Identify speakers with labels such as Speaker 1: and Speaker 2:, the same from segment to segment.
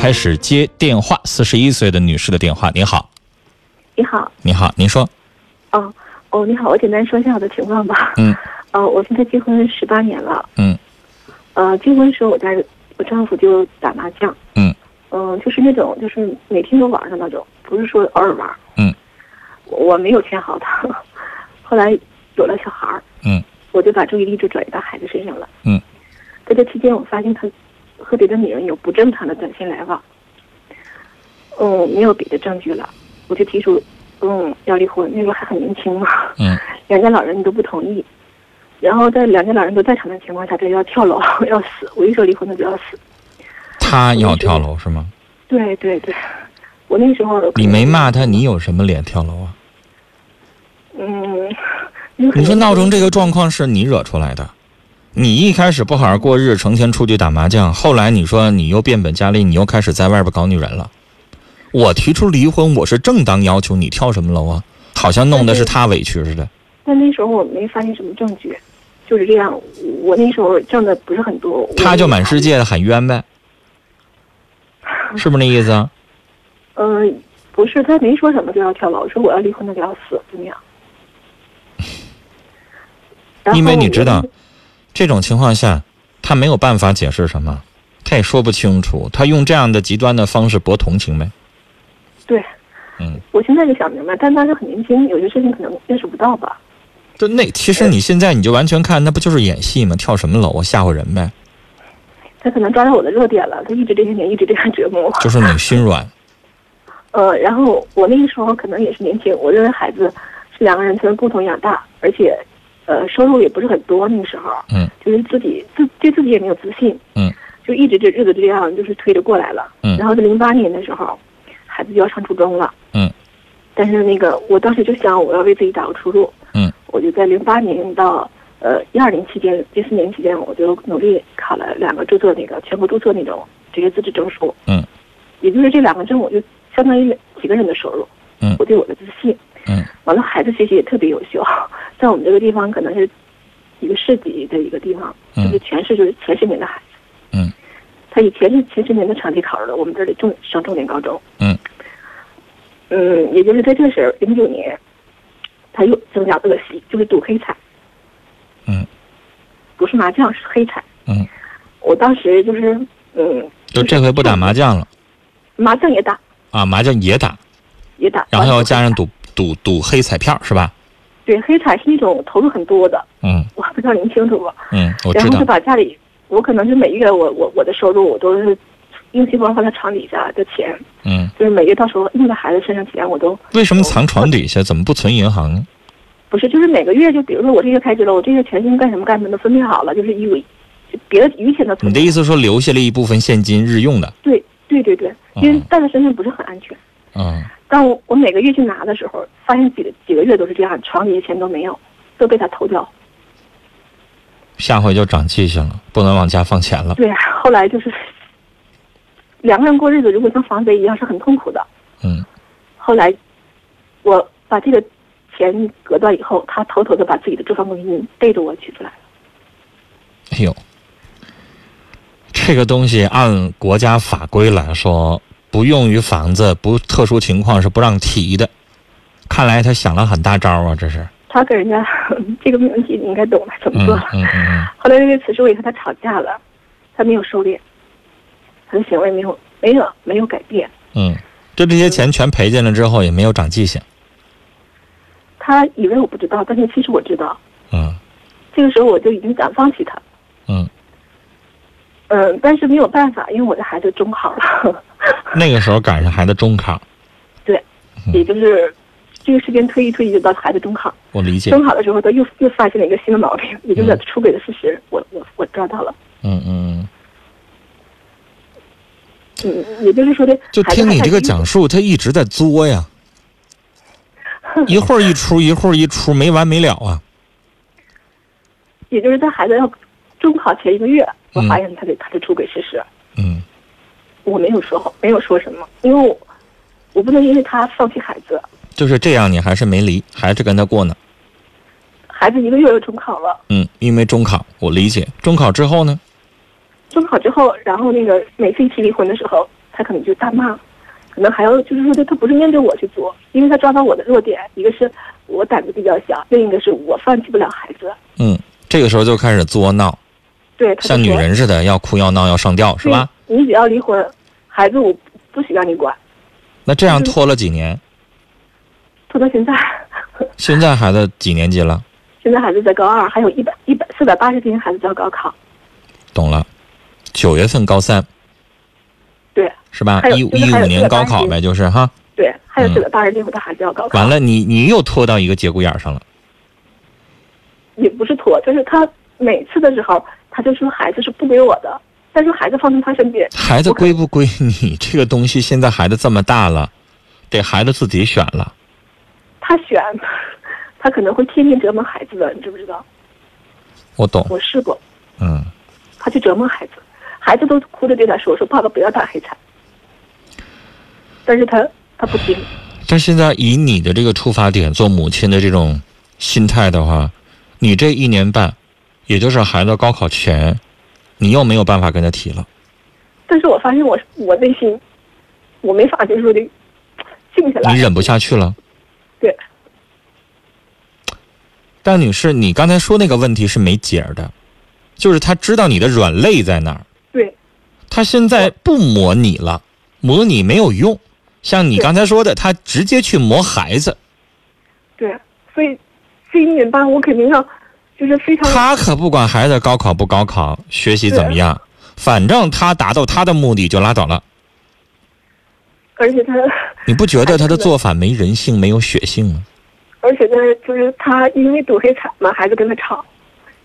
Speaker 1: 开始接电话，四十一岁的女士的电话。您好，
Speaker 2: 你好，
Speaker 1: 您好，您说，
Speaker 2: 哦哦，你好，我简单说一下我的情况吧。
Speaker 1: 嗯
Speaker 2: 呃，我现在结婚十八年了。
Speaker 1: 嗯
Speaker 2: 呃，结婚时候我家我丈夫就打麻将。
Speaker 1: 嗯
Speaker 2: 嗯、就是那种就是每天都玩的那种，不是说偶尔玩。
Speaker 1: 嗯
Speaker 2: 我没有劝好他， 后来有了小孩儿，
Speaker 1: 嗯
Speaker 2: 我就把注意力就转移到孩子身上了。
Speaker 1: 嗯，
Speaker 2: 在这期间，我发现他和别的女人有不正常的短信来往。嗯，没有别的证据了，我就提出，嗯，要离婚。那时候还很年轻嘛。
Speaker 1: 嗯
Speaker 2: 两家老人都不同意，然后在两家老人都在场的情况下，这要跳楼 要死。我一说离婚，他就要死。
Speaker 1: 他要跳楼是吗？
Speaker 2: 对对对，我那时候
Speaker 1: 你没骂他，你有什么脸跳楼啊？
Speaker 2: 嗯，
Speaker 1: 你
Speaker 2: 你
Speaker 1: 说闹成这个状况是你惹出来的，你一开始不好好过日，成天出去打麻将，后来你说你又变本加厉，你又开始在外边搞女人了。我提出离婚，我是正当要求，你跳什么楼啊？好像弄的是他委屈似的。
Speaker 2: 但那时候我没发现什么证据，就是这样。我那时候挣的不是很多，我
Speaker 1: 他就满世。界的喊冤呗，是不是那意思啊？
Speaker 2: 嗯、不是，他没说什么就要跳楼，说我要离婚，他就要死，怎么样？然后
Speaker 1: 因为你
Speaker 2: 我
Speaker 1: 知道
Speaker 2: 就，
Speaker 1: 这种情况下，他没有办法解释什么，他也说不清楚。他用这样的极端的方式博同情呗。
Speaker 2: 对，
Speaker 1: 嗯，
Speaker 2: 我现在就想明白，但当时很年轻，有些事情可能认识不到吧。
Speaker 1: 就那其实你现在你就完全看，那不就是演戏吗？跳什么楼啊，吓唬人呗。
Speaker 2: 他可能抓到我的弱点了，他一直这些年一直这样 折磨我。
Speaker 1: 就是你心软，
Speaker 2: 呃，然后我那个时候可能也是年轻，我认为孩子是两个人才能共同养大，而且，呃，收入也不是很多，那个时候，
Speaker 1: 嗯，
Speaker 2: 就是自己自对自己也没有自信，
Speaker 1: 嗯，
Speaker 2: 就一直这日子就这样就是推着过来了，
Speaker 1: 嗯
Speaker 2: 然后在零八年的时候，孩子就要上初中了，
Speaker 1: 嗯，
Speaker 2: 但是那个我当时就想我要为自己打个出路，
Speaker 1: 嗯，
Speaker 2: 我就在零八年到。呃，一二年期间，这四年期间，我就努力考了两个注册那个全国注册那种职业资质证书，也就是这两个证，我就相当于几个人的收入。
Speaker 1: 嗯
Speaker 2: 我对我的自信。
Speaker 1: 嗯，
Speaker 2: 完了，孩子学习也特别优秀，在我们这个地方可能是一个市级的一个地方，
Speaker 1: 嗯
Speaker 2: 就是全市就是前十名的孩子。
Speaker 1: 嗯，
Speaker 2: 他以前是前十名的成绩考入了我们这里重上重点高中。
Speaker 1: 嗯，
Speaker 2: 嗯，也就是在这时零九年，他又增加恶习，就是赌黑彩。
Speaker 1: 嗯，
Speaker 2: 不是麻将，是黑彩。
Speaker 1: 嗯，
Speaker 2: 我当时就是嗯，
Speaker 1: 就这回不打麻将了
Speaker 2: 麻将也打
Speaker 1: 啊，麻将也打，
Speaker 2: 也打，
Speaker 1: 然后
Speaker 2: 完
Speaker 1: 要
Speaker 2: 了
Speaker 1: 加上赌赌赌黑彩票是吧？
Speaker 2: 对，黑彩是那种投入很多的，
Speaker 1: 嗯
Speaker 2: 我不知道您清楚不？
Speaker 1: 嗯，我
Speaker 2: 然
Speaker 1: 知
Speaker 2: 后
Speaker 1: 道
Speaker 2: 就。把家里，我可能是每月我我我的收入我都是用心方法在床底下的钱，
Speaker 1: 嗯，
Speaker 2: 就是每月到时候用在孩子身上钱我都
Speaker 1: 为什么藏床底下？怎么不存银行呢？
Speaker 2: 不是，就是每个月就比如说我这月开支了，我这月全心干什么干什么都分配好了，就是一为就别的余钱的
Speaker 1: 你
Speaker 2: 存
Speaker 1: 的
Speaker 2: 着。
Speaker 1: 意思说留下了一部分现金日用的？
Speaker 2: 对对对对，因为带在身上不是很安全。
Speaker 1: 嗯
Speaker 2: 当我我每个月去拿的时候，发现几个几个月都是这样，床底下钱都没有，都被他偷掉。
Speaker 1: 下回就长记性了，不能往家放钱了。
Speaker 2: 对，后来就是 两个人过日子，如果像防贼一样是很痛苦的。
Speaker 1: 嗯
Speaker 2: 后来我把这个钱隔断以后，他偷偷的把自己的住房公积金背着我取出来了。
Speaker 1: 哎呦，这个东西按国家法规来说，不用于房子，不特殊情况是不让提的。看来他想了很大招啊，这是。
Speaker 2: 他跟人家这个问题你应该懂吧？怎么
Speaker 1: 嗯
Speaker 2: 做？
Speaker 1: 嗯嗯
Speaker 2: 后来因为此事我也和他吵架了，他没有收敛，他的行为没有没有没有改变。
Speaker 1: 嗯嗯，就这些钱全赔进来之后，也没有长记性。
Speaker 2: 他以为我不知道，但是其实我知道。
Speaker 1: 嗯
Speaker 2: 这个时候我就已经想放弃他，
Speaker 1: 嗯，
Speaker 2: 嗯，但是没有办法，因为我的孩子中考了，
Speaker 1: 那个时候赶上孩子中考，嗯
Speaker 2: 也就是这个时间推一推移就到孩子中考。
Speaker 1: 我理解。
Speaker 2: 中考的时候，他又又发现了一个新的毛病，也就是
Speaker 1: 嗯
Speaker 2: 出轨的事实，我我我抓到了。
Speaker 1: 嗯嗯嗯，
Speaker 2: 嗯，也就是说的，
Speaker 1: 就
Speaker 2: 孩子
Speaker 1: 听
Speaker 2: 还
Speaker 1: 你
Speaker 2: 在
Speaker 1: 这个
Speaker 2: 晕
Speaker 1: 讲述，他一直在作 呀，一会儿一出，一会儿一出，没完没了啊。
Speaker 2: 嗯也就是在孩子要中考前一个月，我
Speaker 1: 嗯
Speaker 2: 发现他的、他的出轨事实，
Speaker 1: 嗯
Speaker 2: 我没有说没有说什么，因为我我不能因为他放弃孩子，，
Speaker 1: 就是这样，你还是没离，还是跟他过呢。
Speaker 2: 孩子一个月就中考了，
Speaker 1: 嗯，因为中考，我理解。中考之后呢？
Speaker 2: 中考之后，然后那个每次一提离婚的时候，他他可能就大骂，可能还要就是说他他不是面对我去做，因为他抓到我的弱点，一个是我胆子比较小，另一个是我放弃不了孩子。
Speaker 1: 嗯，这个时候就开始作闹，
Speaker 2: 对，他就嗯
Speaker 1: 像女
Speaker 2: 说
Speaker 1: 人似的，要哭要闹要上吊，是吧？
Speaker 2: 对你只要离婚，孩子我不许让你管，
Speaker 1: 那这样
Speaker 2: 就是
Speaker 1: 拖了几年，
Speaker 2: 嗯拖到现在，
Speaker 1: 现在孩子几年级了？
Speaker 2: 现在孩子在高二，还有一百一百四百八十天孩子到高考。
Speaker 1: 懂了，九月份高三
Speaker 2: 对
Speaker 1: 是吧
Speaker 2: 还？有
Speaker 1: 一
Speaker 2: 就是
Speaker 1: 一
Speaker 2: 还
Speaker 1: 五
Speaker 2: 有
Speaker 1: 年高考呗，就是哈。
Speaker 2: 对，还有
Speaker 1: 嗯
Speaker 2: 四百八十天我的孩子要高考。
Speaker 1: 完了，你你又拖到一个节骨眼儿上了。
Speaker 2: 也不是拖，就是他每次的时候，他就说孩子是不归我的，但是孩子放在他身边，
Speaker 1: 孩子
Speaker 2: 我可
Speaker 1: 归不归你这个东西，现在孩子这么大了，得孩子自己选了。
Speaker 2: 他选， 他可能会天天折磨孩子的，你知不知道？
Speaker 1: 我懂，
Speaker 2: 我试过，
Speaker 1: 嗯，
Speaker 2: 他去折磨孩子，孩子都哭着对他说：“说爸爸不要打黑产。”但是他他不听，
Speaker 1: 但现在以你的这个出发点，做母亲的这种心态的话，你这一年半，也就是孩子高考前，你又没有办法跟他提了。
Speaker 2: 但是我发现我我内心，我没法就是说的静下来，
Speaker 1: 你忍不下去了。
Speaker 2: 对。
Speaker 1: 但女士，你刚才说那个问题是没解儿的，就是他知道你的软肋在哪儿，
Speaker 2: 对
Speaker 1: 他现在不磨你了，磨你没有用。像你
Speaker 2: 对
Speaker 1: 刚才说的，他直接去磨孩子，
Speaker 2: 对，啊所以这一年半我肯定要就是非常
Speaker 1: 他可不管孩子高考不高考，学习怎么样，反正他达到他的目的就拉倒了。
Speaker 2: 而且他，
Speaker 1: 你不觉得他的做法没人性、没有血性吗？
Speaker 2: 而且呢，就是他因为躲黑产嘛，孩子跟他吵，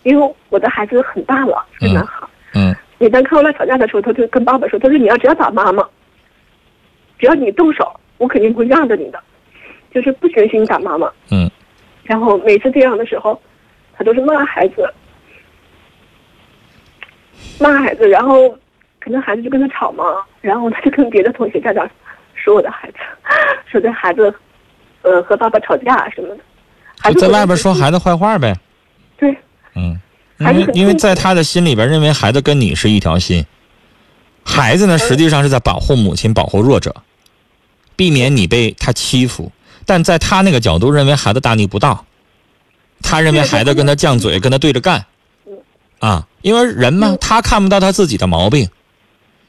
Speaker 2: 因为我的孩子很大了，是个男孩。
Speaker 1: 嗯，
Speaker 2: 每当看我俩吵架的时候，他就跟爸爸说：“他说你要只要打妈妈，只要你动手，我肯定会让着你的，就是不允许你打妈妈。”
Speaker 1: 嗯。
Speaker 2: 然后每次这样的时候，他都是骂孩子，骂孩子，然后可能孩子就跟他吵嘛，然后他就跟别的同学家长说我的孩子， 说这孩子，呃，和爸爸吵架什么的，孩
Speaker 1: 就
Speaker 2: 子
Speaker 1: 在
Speaker 2: 会
Speaker 1: 外边说孩子坏话呗。
Speaker 2: 对
Speaker 1: 嗯，因
Speaker 2: 还是
Speaker 1: 为
Speaker 2: 很
Speaker 1: 因为
Speaker 2: 痛苦
Speaker 1: 在他的心里边，认为孩子跟你是一条心，孩子呢实际上是在保护母亲，保护弱者，避免你被他欺负。但在他那个角度，认为孩子大逆不道，他认为
Speaker 2: 对对
Speaker 1: 孩子跟他犟嘴，跟他对着干，啊，因为人嘛
Speaker 2: 嗯，
Speaker 1: 他看不到他自己的毛病。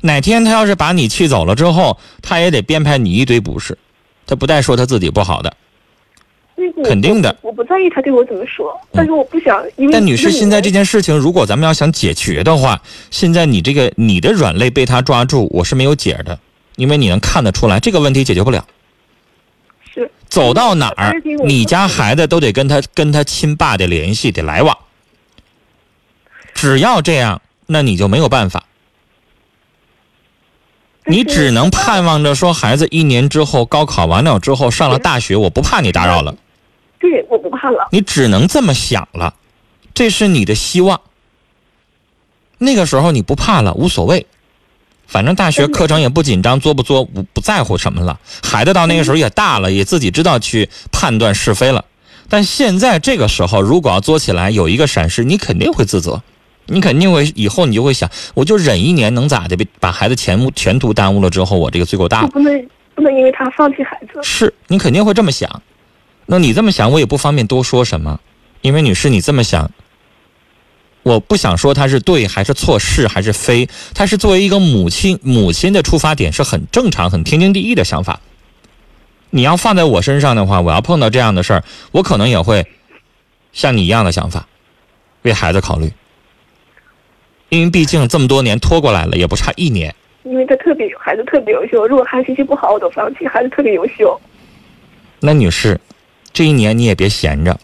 Speaker 1: 哪天他要是把你气走了之后，他也得编排你一堆不是，他不带说他自己不好的。
Speaker 2: 那个我
Speaker 1: 肯定的嗯
Speaker 2: 我不在意他对我怎么说，但是我不想因为
Speaker 1: 但女士，
Speaker 2: 一个
Speaker 1: 现在
Speaker 2: 人
Speaker 1: 这件事情，如果咱们要想解决的话，现在你这个你的软肋被他抓住，我是没有解的，因为你能看得出来，这个问题解决不了。
Speaker 2: 是
Speaker 1: 走到哪
Speaker 2: 但
Speaker 1: 儿
Speaker 2: 是我，
Speaker 1: 你家孩子都得跟他跟他亲爸得联系，得来往。只要这样，那你就没有办法，你只能盼望着说，孩子一年之后高考完了之后上了大学，我不怕你打扰了。
Speaker 2: 对我不怕了，
Speaker 1: 你只能这么想了，这是你的希望。那个时候你不怕了，无所谓，反正大学课程也不紧张，作不作不不在乎什么了。孩子到那个时候也大了，也自己知道去判断是非了。但现在这个时候，如果要作起来有一个闪失，你肯定会自责，你肯定会以后你就会想，我就忍一年能咋的？被把孩子前途前途耽误了之后，我这个罪够大
Speaker 2: 我
Speaker 1: 了。
Speaker 2: 不能不能因为他放弃孩 子，
Speaker 1: 是你肯定会这么想。那你这么想，我也不方便多说什么，因为女士，你这么想，我不想说她是对还是错，是还是非，她是作为一个母亲，母亲的出发点是很正常、很天经地义的想法。你要放在我身上的话，我要碰到这样的事儿，我可能也会像你一样的想法，为孩子考虑，因为毕竟这么多年拖过来了，也不差一年。
Speaker 2: 因为他特别孩子特别优秀，如果孩子学习不好，我都放弃。孩子特别优秀，
Speaker 1: 那女士，这一年你也别闲着，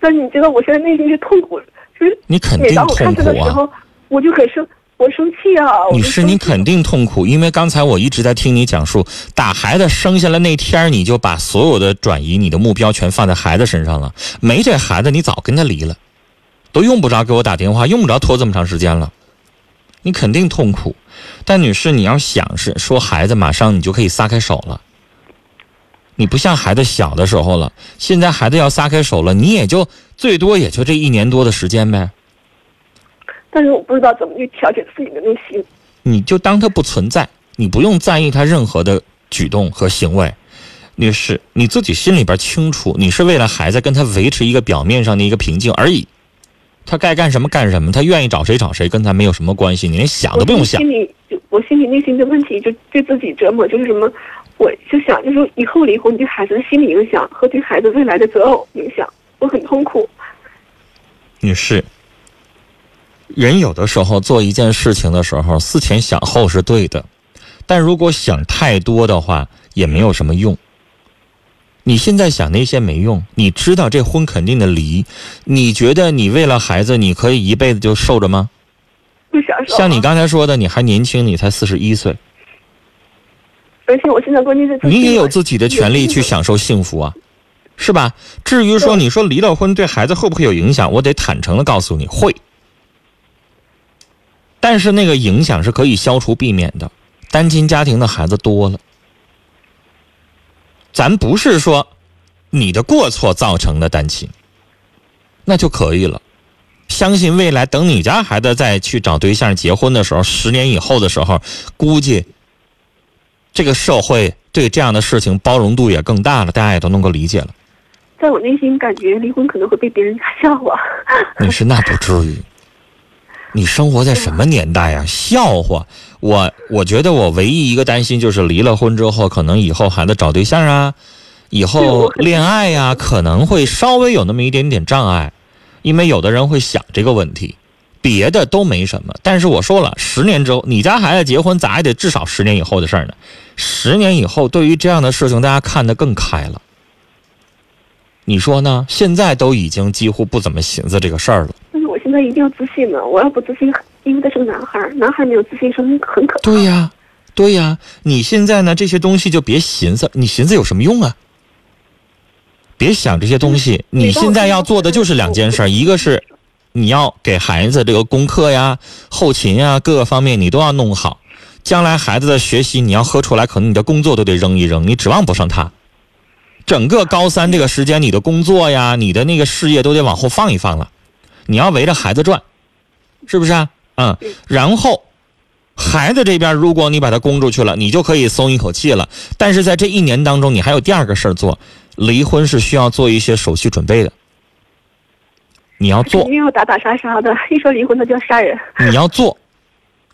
Speaker 2: 但是你知道我现在内心是痛苦，就是
Speaker 1: 你肯
Speaker 2: 每
Speaker 1: 定
Speaker 2: 当我
Speaker 1: 痛
Speaker 2: 看他
Speaker 1: 苦
Speaker 2: 的时
Speaker 1: 啊。
Speaker 2: 候，我就很生我生气啊，我
Speaker 1: 女
Speaker 2: 就
Speaker 1: 士，
Speaker 2: 生
Speaker 1: 你
Speaker 2: 气
Speaker 1: 肯定痛苦，因为刚才我一直在听你讲述，打孩子生下来那天儿，你就把所有的转移你的目标全放在孩子身上了。没这孩子，你早跟他离了，都用不着给我打电话，用不着拖这么长时间了。你肯定痛苦，但女士，你要想是说孩子马上你就可以撒开手了。你不像孩子小的时候了，现在孩子要撒开手了，你也就最多也就这一年多的时间呗。
Speaker 2: 但是我不知道怎么去调节自己的内心。
Speaker 1: 你就当它不存在，你不用在意他任何的举动和行为，你是你自己心里边清楚，你是为了孩子跟他维持一个表面上的一个平静而已。他该干什么干什么，他愿意找谁找谁，跟咱没有什么关系，你连想啊都不用想。
Speaker 2: 心里就我心里内心的问题，就对自己折磨，就是什么，我就想，就是说以后离婚对孩子的心理影响和对孩子未来的择偶影响，我很痛苦。
Speaker 1: 女士，人有的时候做一件事情的时候，思前想后是对的，但如果想太多的话，也没有什么用。你现在想那些没用，你知道这婚肯定的离，你觉得你为了孩子，你可以一辈子就受着吗？
Speaker 2: 不想受。
Speaker 1: 像你刚才说的，你还年轻，你才四十一岁。
Speaker 2: 而且我现在关键是，
Speaker 1: 你也有自己的权利去享受幸福啊，是吧？至于说你说离了婚对孩子会不会有影响，我得坦诚的告诉你会，但是那个影响是可以消除避免的。单亲家庭的孩子多了。咱不是说你的过错造成的单亲，那就可以了。相信未来，等你家孩子再去找对象结婚的时候，十年以后的时候，估计这个社会对这样的事情包容度也更大了，大家也都能够理解了。
Speaker 2: 在我内心感觉离婚可能会被别人笑啊话。
Speaker 1: 你是那不至于。你生活在什么年代呀、啊？笑话！我我觉得我唯一一个担心就是离了婚之后，可能以后孩子找对象啊，以后恋爱呀、啊，可能会稍微有那么一点点障碍，因为有的人会想这个问题，别的都没什么。但是我说了，十年之后，你家孩子结婚，咋也得至少十年以后的事儿呢。十年以后，对于这样的事情，大家看得更开了。你说呢？现在都已经几乎不怎么寻思这个事儿了。
Speaker 2: 但是我现在一定要自信啊呢，我要不自信，因为他是个男孩，男孩没有自信是很可怕。
Speaker 1: 对呀、啊，对呀、啊，你现在呢这些东西就别寻思，你寻思有什么用啊？别想这些东西，
Speaker 2: 嗯
Speaker 1: 你现在要做的就是两件事，一个是你要给孩子这个功课呀、后勤呀各个方面你都要弄好，将来孩子的学习你要喝出来，可能你的工作都得扔一扔，你指望不上他。整个高三这个时间，你的工作呀、你的那个事业都得往后放一放了。你要围着孩子转，是不是啊？嗯，然后孩子这边，如果你把他供出去了，你就可以松一口气了。但是在这一年当中，你还有第二个事儿做，离婚是需要做一些手续准备的。你要做，
Speaker 2: 肯定要打打杀杀的。一说离婚，他就要杀人。
Speaker 1: 你要做。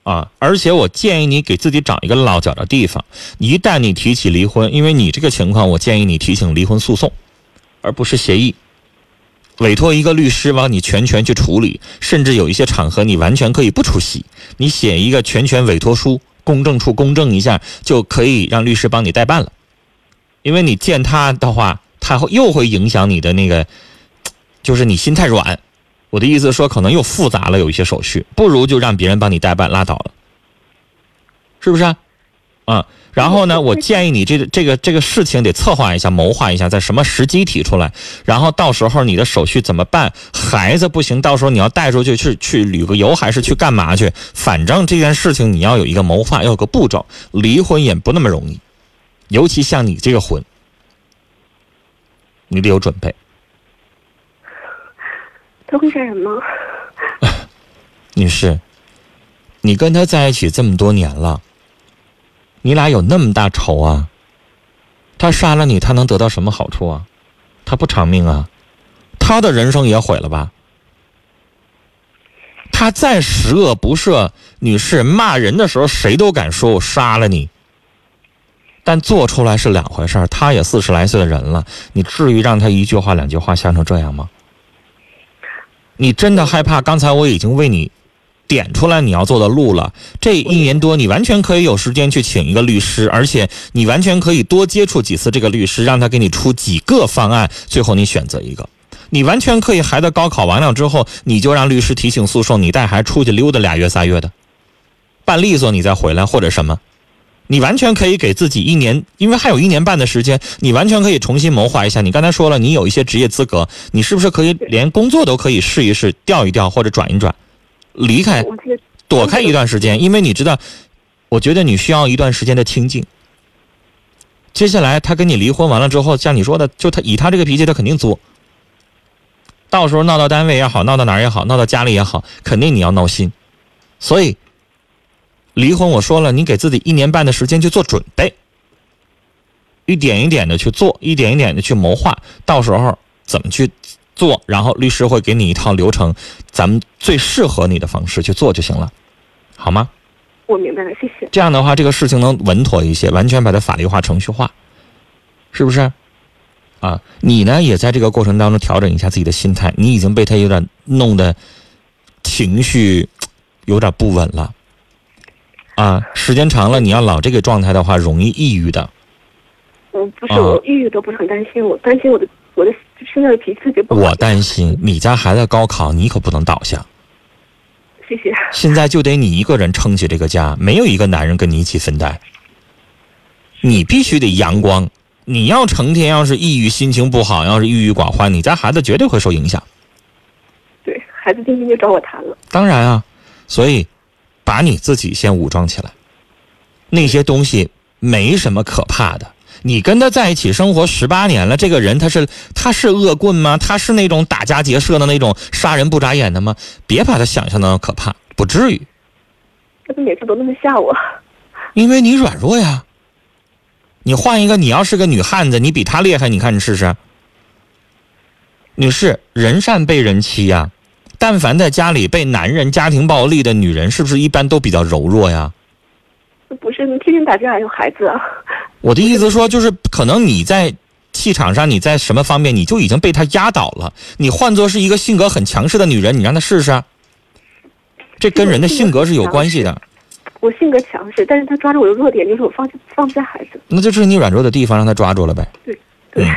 Speaker 1: 啊！而且我建议你给自己找一个落脚的地方。一旦你提起离婚，因为你这个情况，我建议你提请离婚诉讼，而不是协议，委托一个律师帮你全权去处理。甚至有一些场合，你完全可以不出席，你写一个全权委托书，公证处公证一下，就可以让律师帮你代办了。因为你见他的话，他又会影响你的那个，就是你心太软。我的意思说，可能又复杂了，有一些手续，不如就让别人帮你代办拉倒了，是不是啊？啊、嗯，然后呢，我建议你这个这个这个事情得策划一下、谋划一下，在什么时机提出来，然后到时候你的手续怎么办？孩子不行，到时候你要带出去去去旅个游，还是去干嘛去？反正这件事情你要有一个谋划，要有个步骤。离婚也不那么容易，尤其像你这个婚，你得有准备。
Speaker 2: 他会杀人吗？
Speaker 1: 女士，你跟他在一起这么多年了，你俩有那么大仇啊？他杀了你，他能得到什么好处啊？他不偿命啊？他的人生也毁了吧？他再十恶不赦，女士骂人的时候谁都敢说我杀了你，但做出来是两回事儿。他也四十来岁的人了，你至于让他一句话两句话吓成这样吗？你真的害怕？刚才我已经为你点出来你要做的路了。这一年多，你完全可以有时间去请一个律师，而且你完全可以多接触几次这个律师，让他给你出几个方案，最后你选择一个。你完全可以，孩子高考完了之后，你就让律师提请诉讼，你带孩子出去溜达俩月仨月的，办利索你再回来或者什么。你完全可以给自己一年，因为还有一年半的时间，你完全可以重新谋划一下。你刚才说了，你有一些职业资格，你是不是可以连工作都可以试一试、调一调或者转一转，离开、躲开一段时间？因为你知道，我觉得你需要一段时间的清静。接下来他跟你离婚完了之后，像你说的，就他以他这个脾气，他肯定作。到时候闹到单位也好，闹到哪儿也好，闹到家里也好，肯定你要闹心，所以。离婚我说了，你给自己一年半的时间去做准备，一点一点的去做，一点一点的去谋划，到时候怎么去做，然后律师会给你一套流程，咱们最适合你的方式去做就行了，好吗？
Speaker 2: 我明白了，谢谢。
Speaker 1: 这样的话，这个事情能稳妥一些，完全把它法律化、程序化，是不是？啊，你呢也在这个过程当中调整一下自己的心态，你已经被他有点弄得情绪有点不稳了，啊，时间长了你要老这个状态的话，容易抑郁的。
Speaker 2: 嗯，
Speaker 1: 啊
Speaker 2: 不是，我抑郁都不是很担心，我担心我的我的现在的脾气特别不好。
Speaker 1: 我担心你家孩子高考，你可不能倒下。
Speaker 2: 谢谢。
Speaker 1: 现在就得你一个人撑起这个家，没有一个男人跟你一起分担。你必须得阳光。你要成天要是抑郁，心情不好，要是郁郁寡欢，你家孩子绝对会受影响。
Speaker 2: 对孩子天天就找我谈了。
Speaker 1: 当然啊，所以把你自己先武装起来，那些东西没什么可怕的。你跟他在一起生活十八年了，这个人他是他是恶棍吗？他是那种打家劫舍的那种杀人不眨眼的吗？别把他想象的可怕，不至于。
Speaker 2: 他每次都那么吓我。
Speaker 1: 因为你软弱呀。你换一个，你要是个女汉子，你比他厉害，你看你试试。女士，人善被人欺呀、啊。但凡在家里被男人家庭暴力的女人，是不是一般都比较柔弱呀？
Speaker 2: 不是，你天天打架有孩子啊。
Speaker 1: 我的意思说，就是可能你在气场上，你在什么方面，你就已经被他压倒了。你换作是一个性格很强势的女人，你让她试试，这跟人的性格是有关系的。
Speaker 2: 我性格强势，但是他抓住我的弱点，就是我放放不下孩子。
Speaker 1: 那就是你软弱的地方，让他抓住了呗。
Speaker 2: 对对、嗯。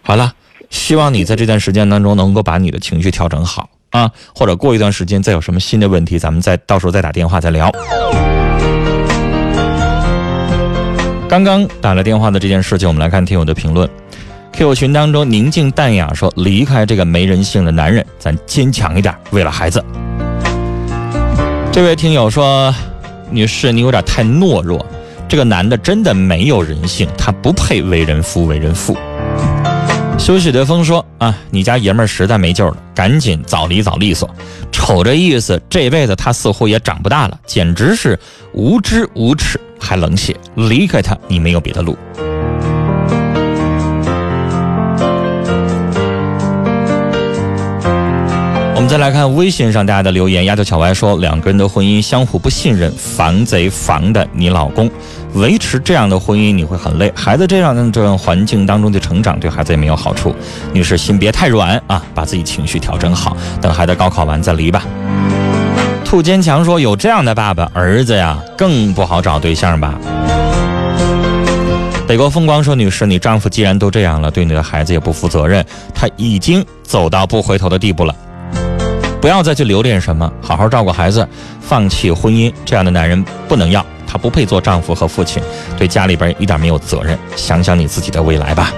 Speaker 1: 好了，希望你在这段时间当中能够把你的情绪调整好啊，或者过一段时间再有什么新的问题，咱们再到时候再打电话再聊。刚刚打来电话的这件事情，我们来看听友的评论。Q 群当中宁静淡雅说：“离开这个没人性的男人，咱坚强一点，为了孩子。”这位听友说。女士，你有点太懦弱。这个男的真的没有人性，他不配为人夫、为人父。休息的风说：“啊，你家爷们儿实在没救了，赶紧早离早利索。瞅这意思，这辈子他似乎也长不大了，简直是无知无耻还冷血。离开他，你没有别的路。”我们再来看微信上大家的留言。丫头小歪说：“两个人的婚姻相互不信任，防贼防的你老公，维持这样的婚姻你会很累。孩子这样的这样环境当中的成长，对孩子也没有好处。女士心别太软啊，把自己情绪调整好，等孩子高考完再离吧。”兔坚强说：“有这样的爸爸，儿子呀更不好找对象吧。”北国风光说：“女士，你丈夫既然都这样了，对你的孩子也不负责任，他已经走到不回头的地步了。”不要再去留恋什么，好好照顾孩子，放弃婚姻，这样的男人不能要，他不配做丈夫和父亲，对家里边一点没有责任。想想你自己的未来吧。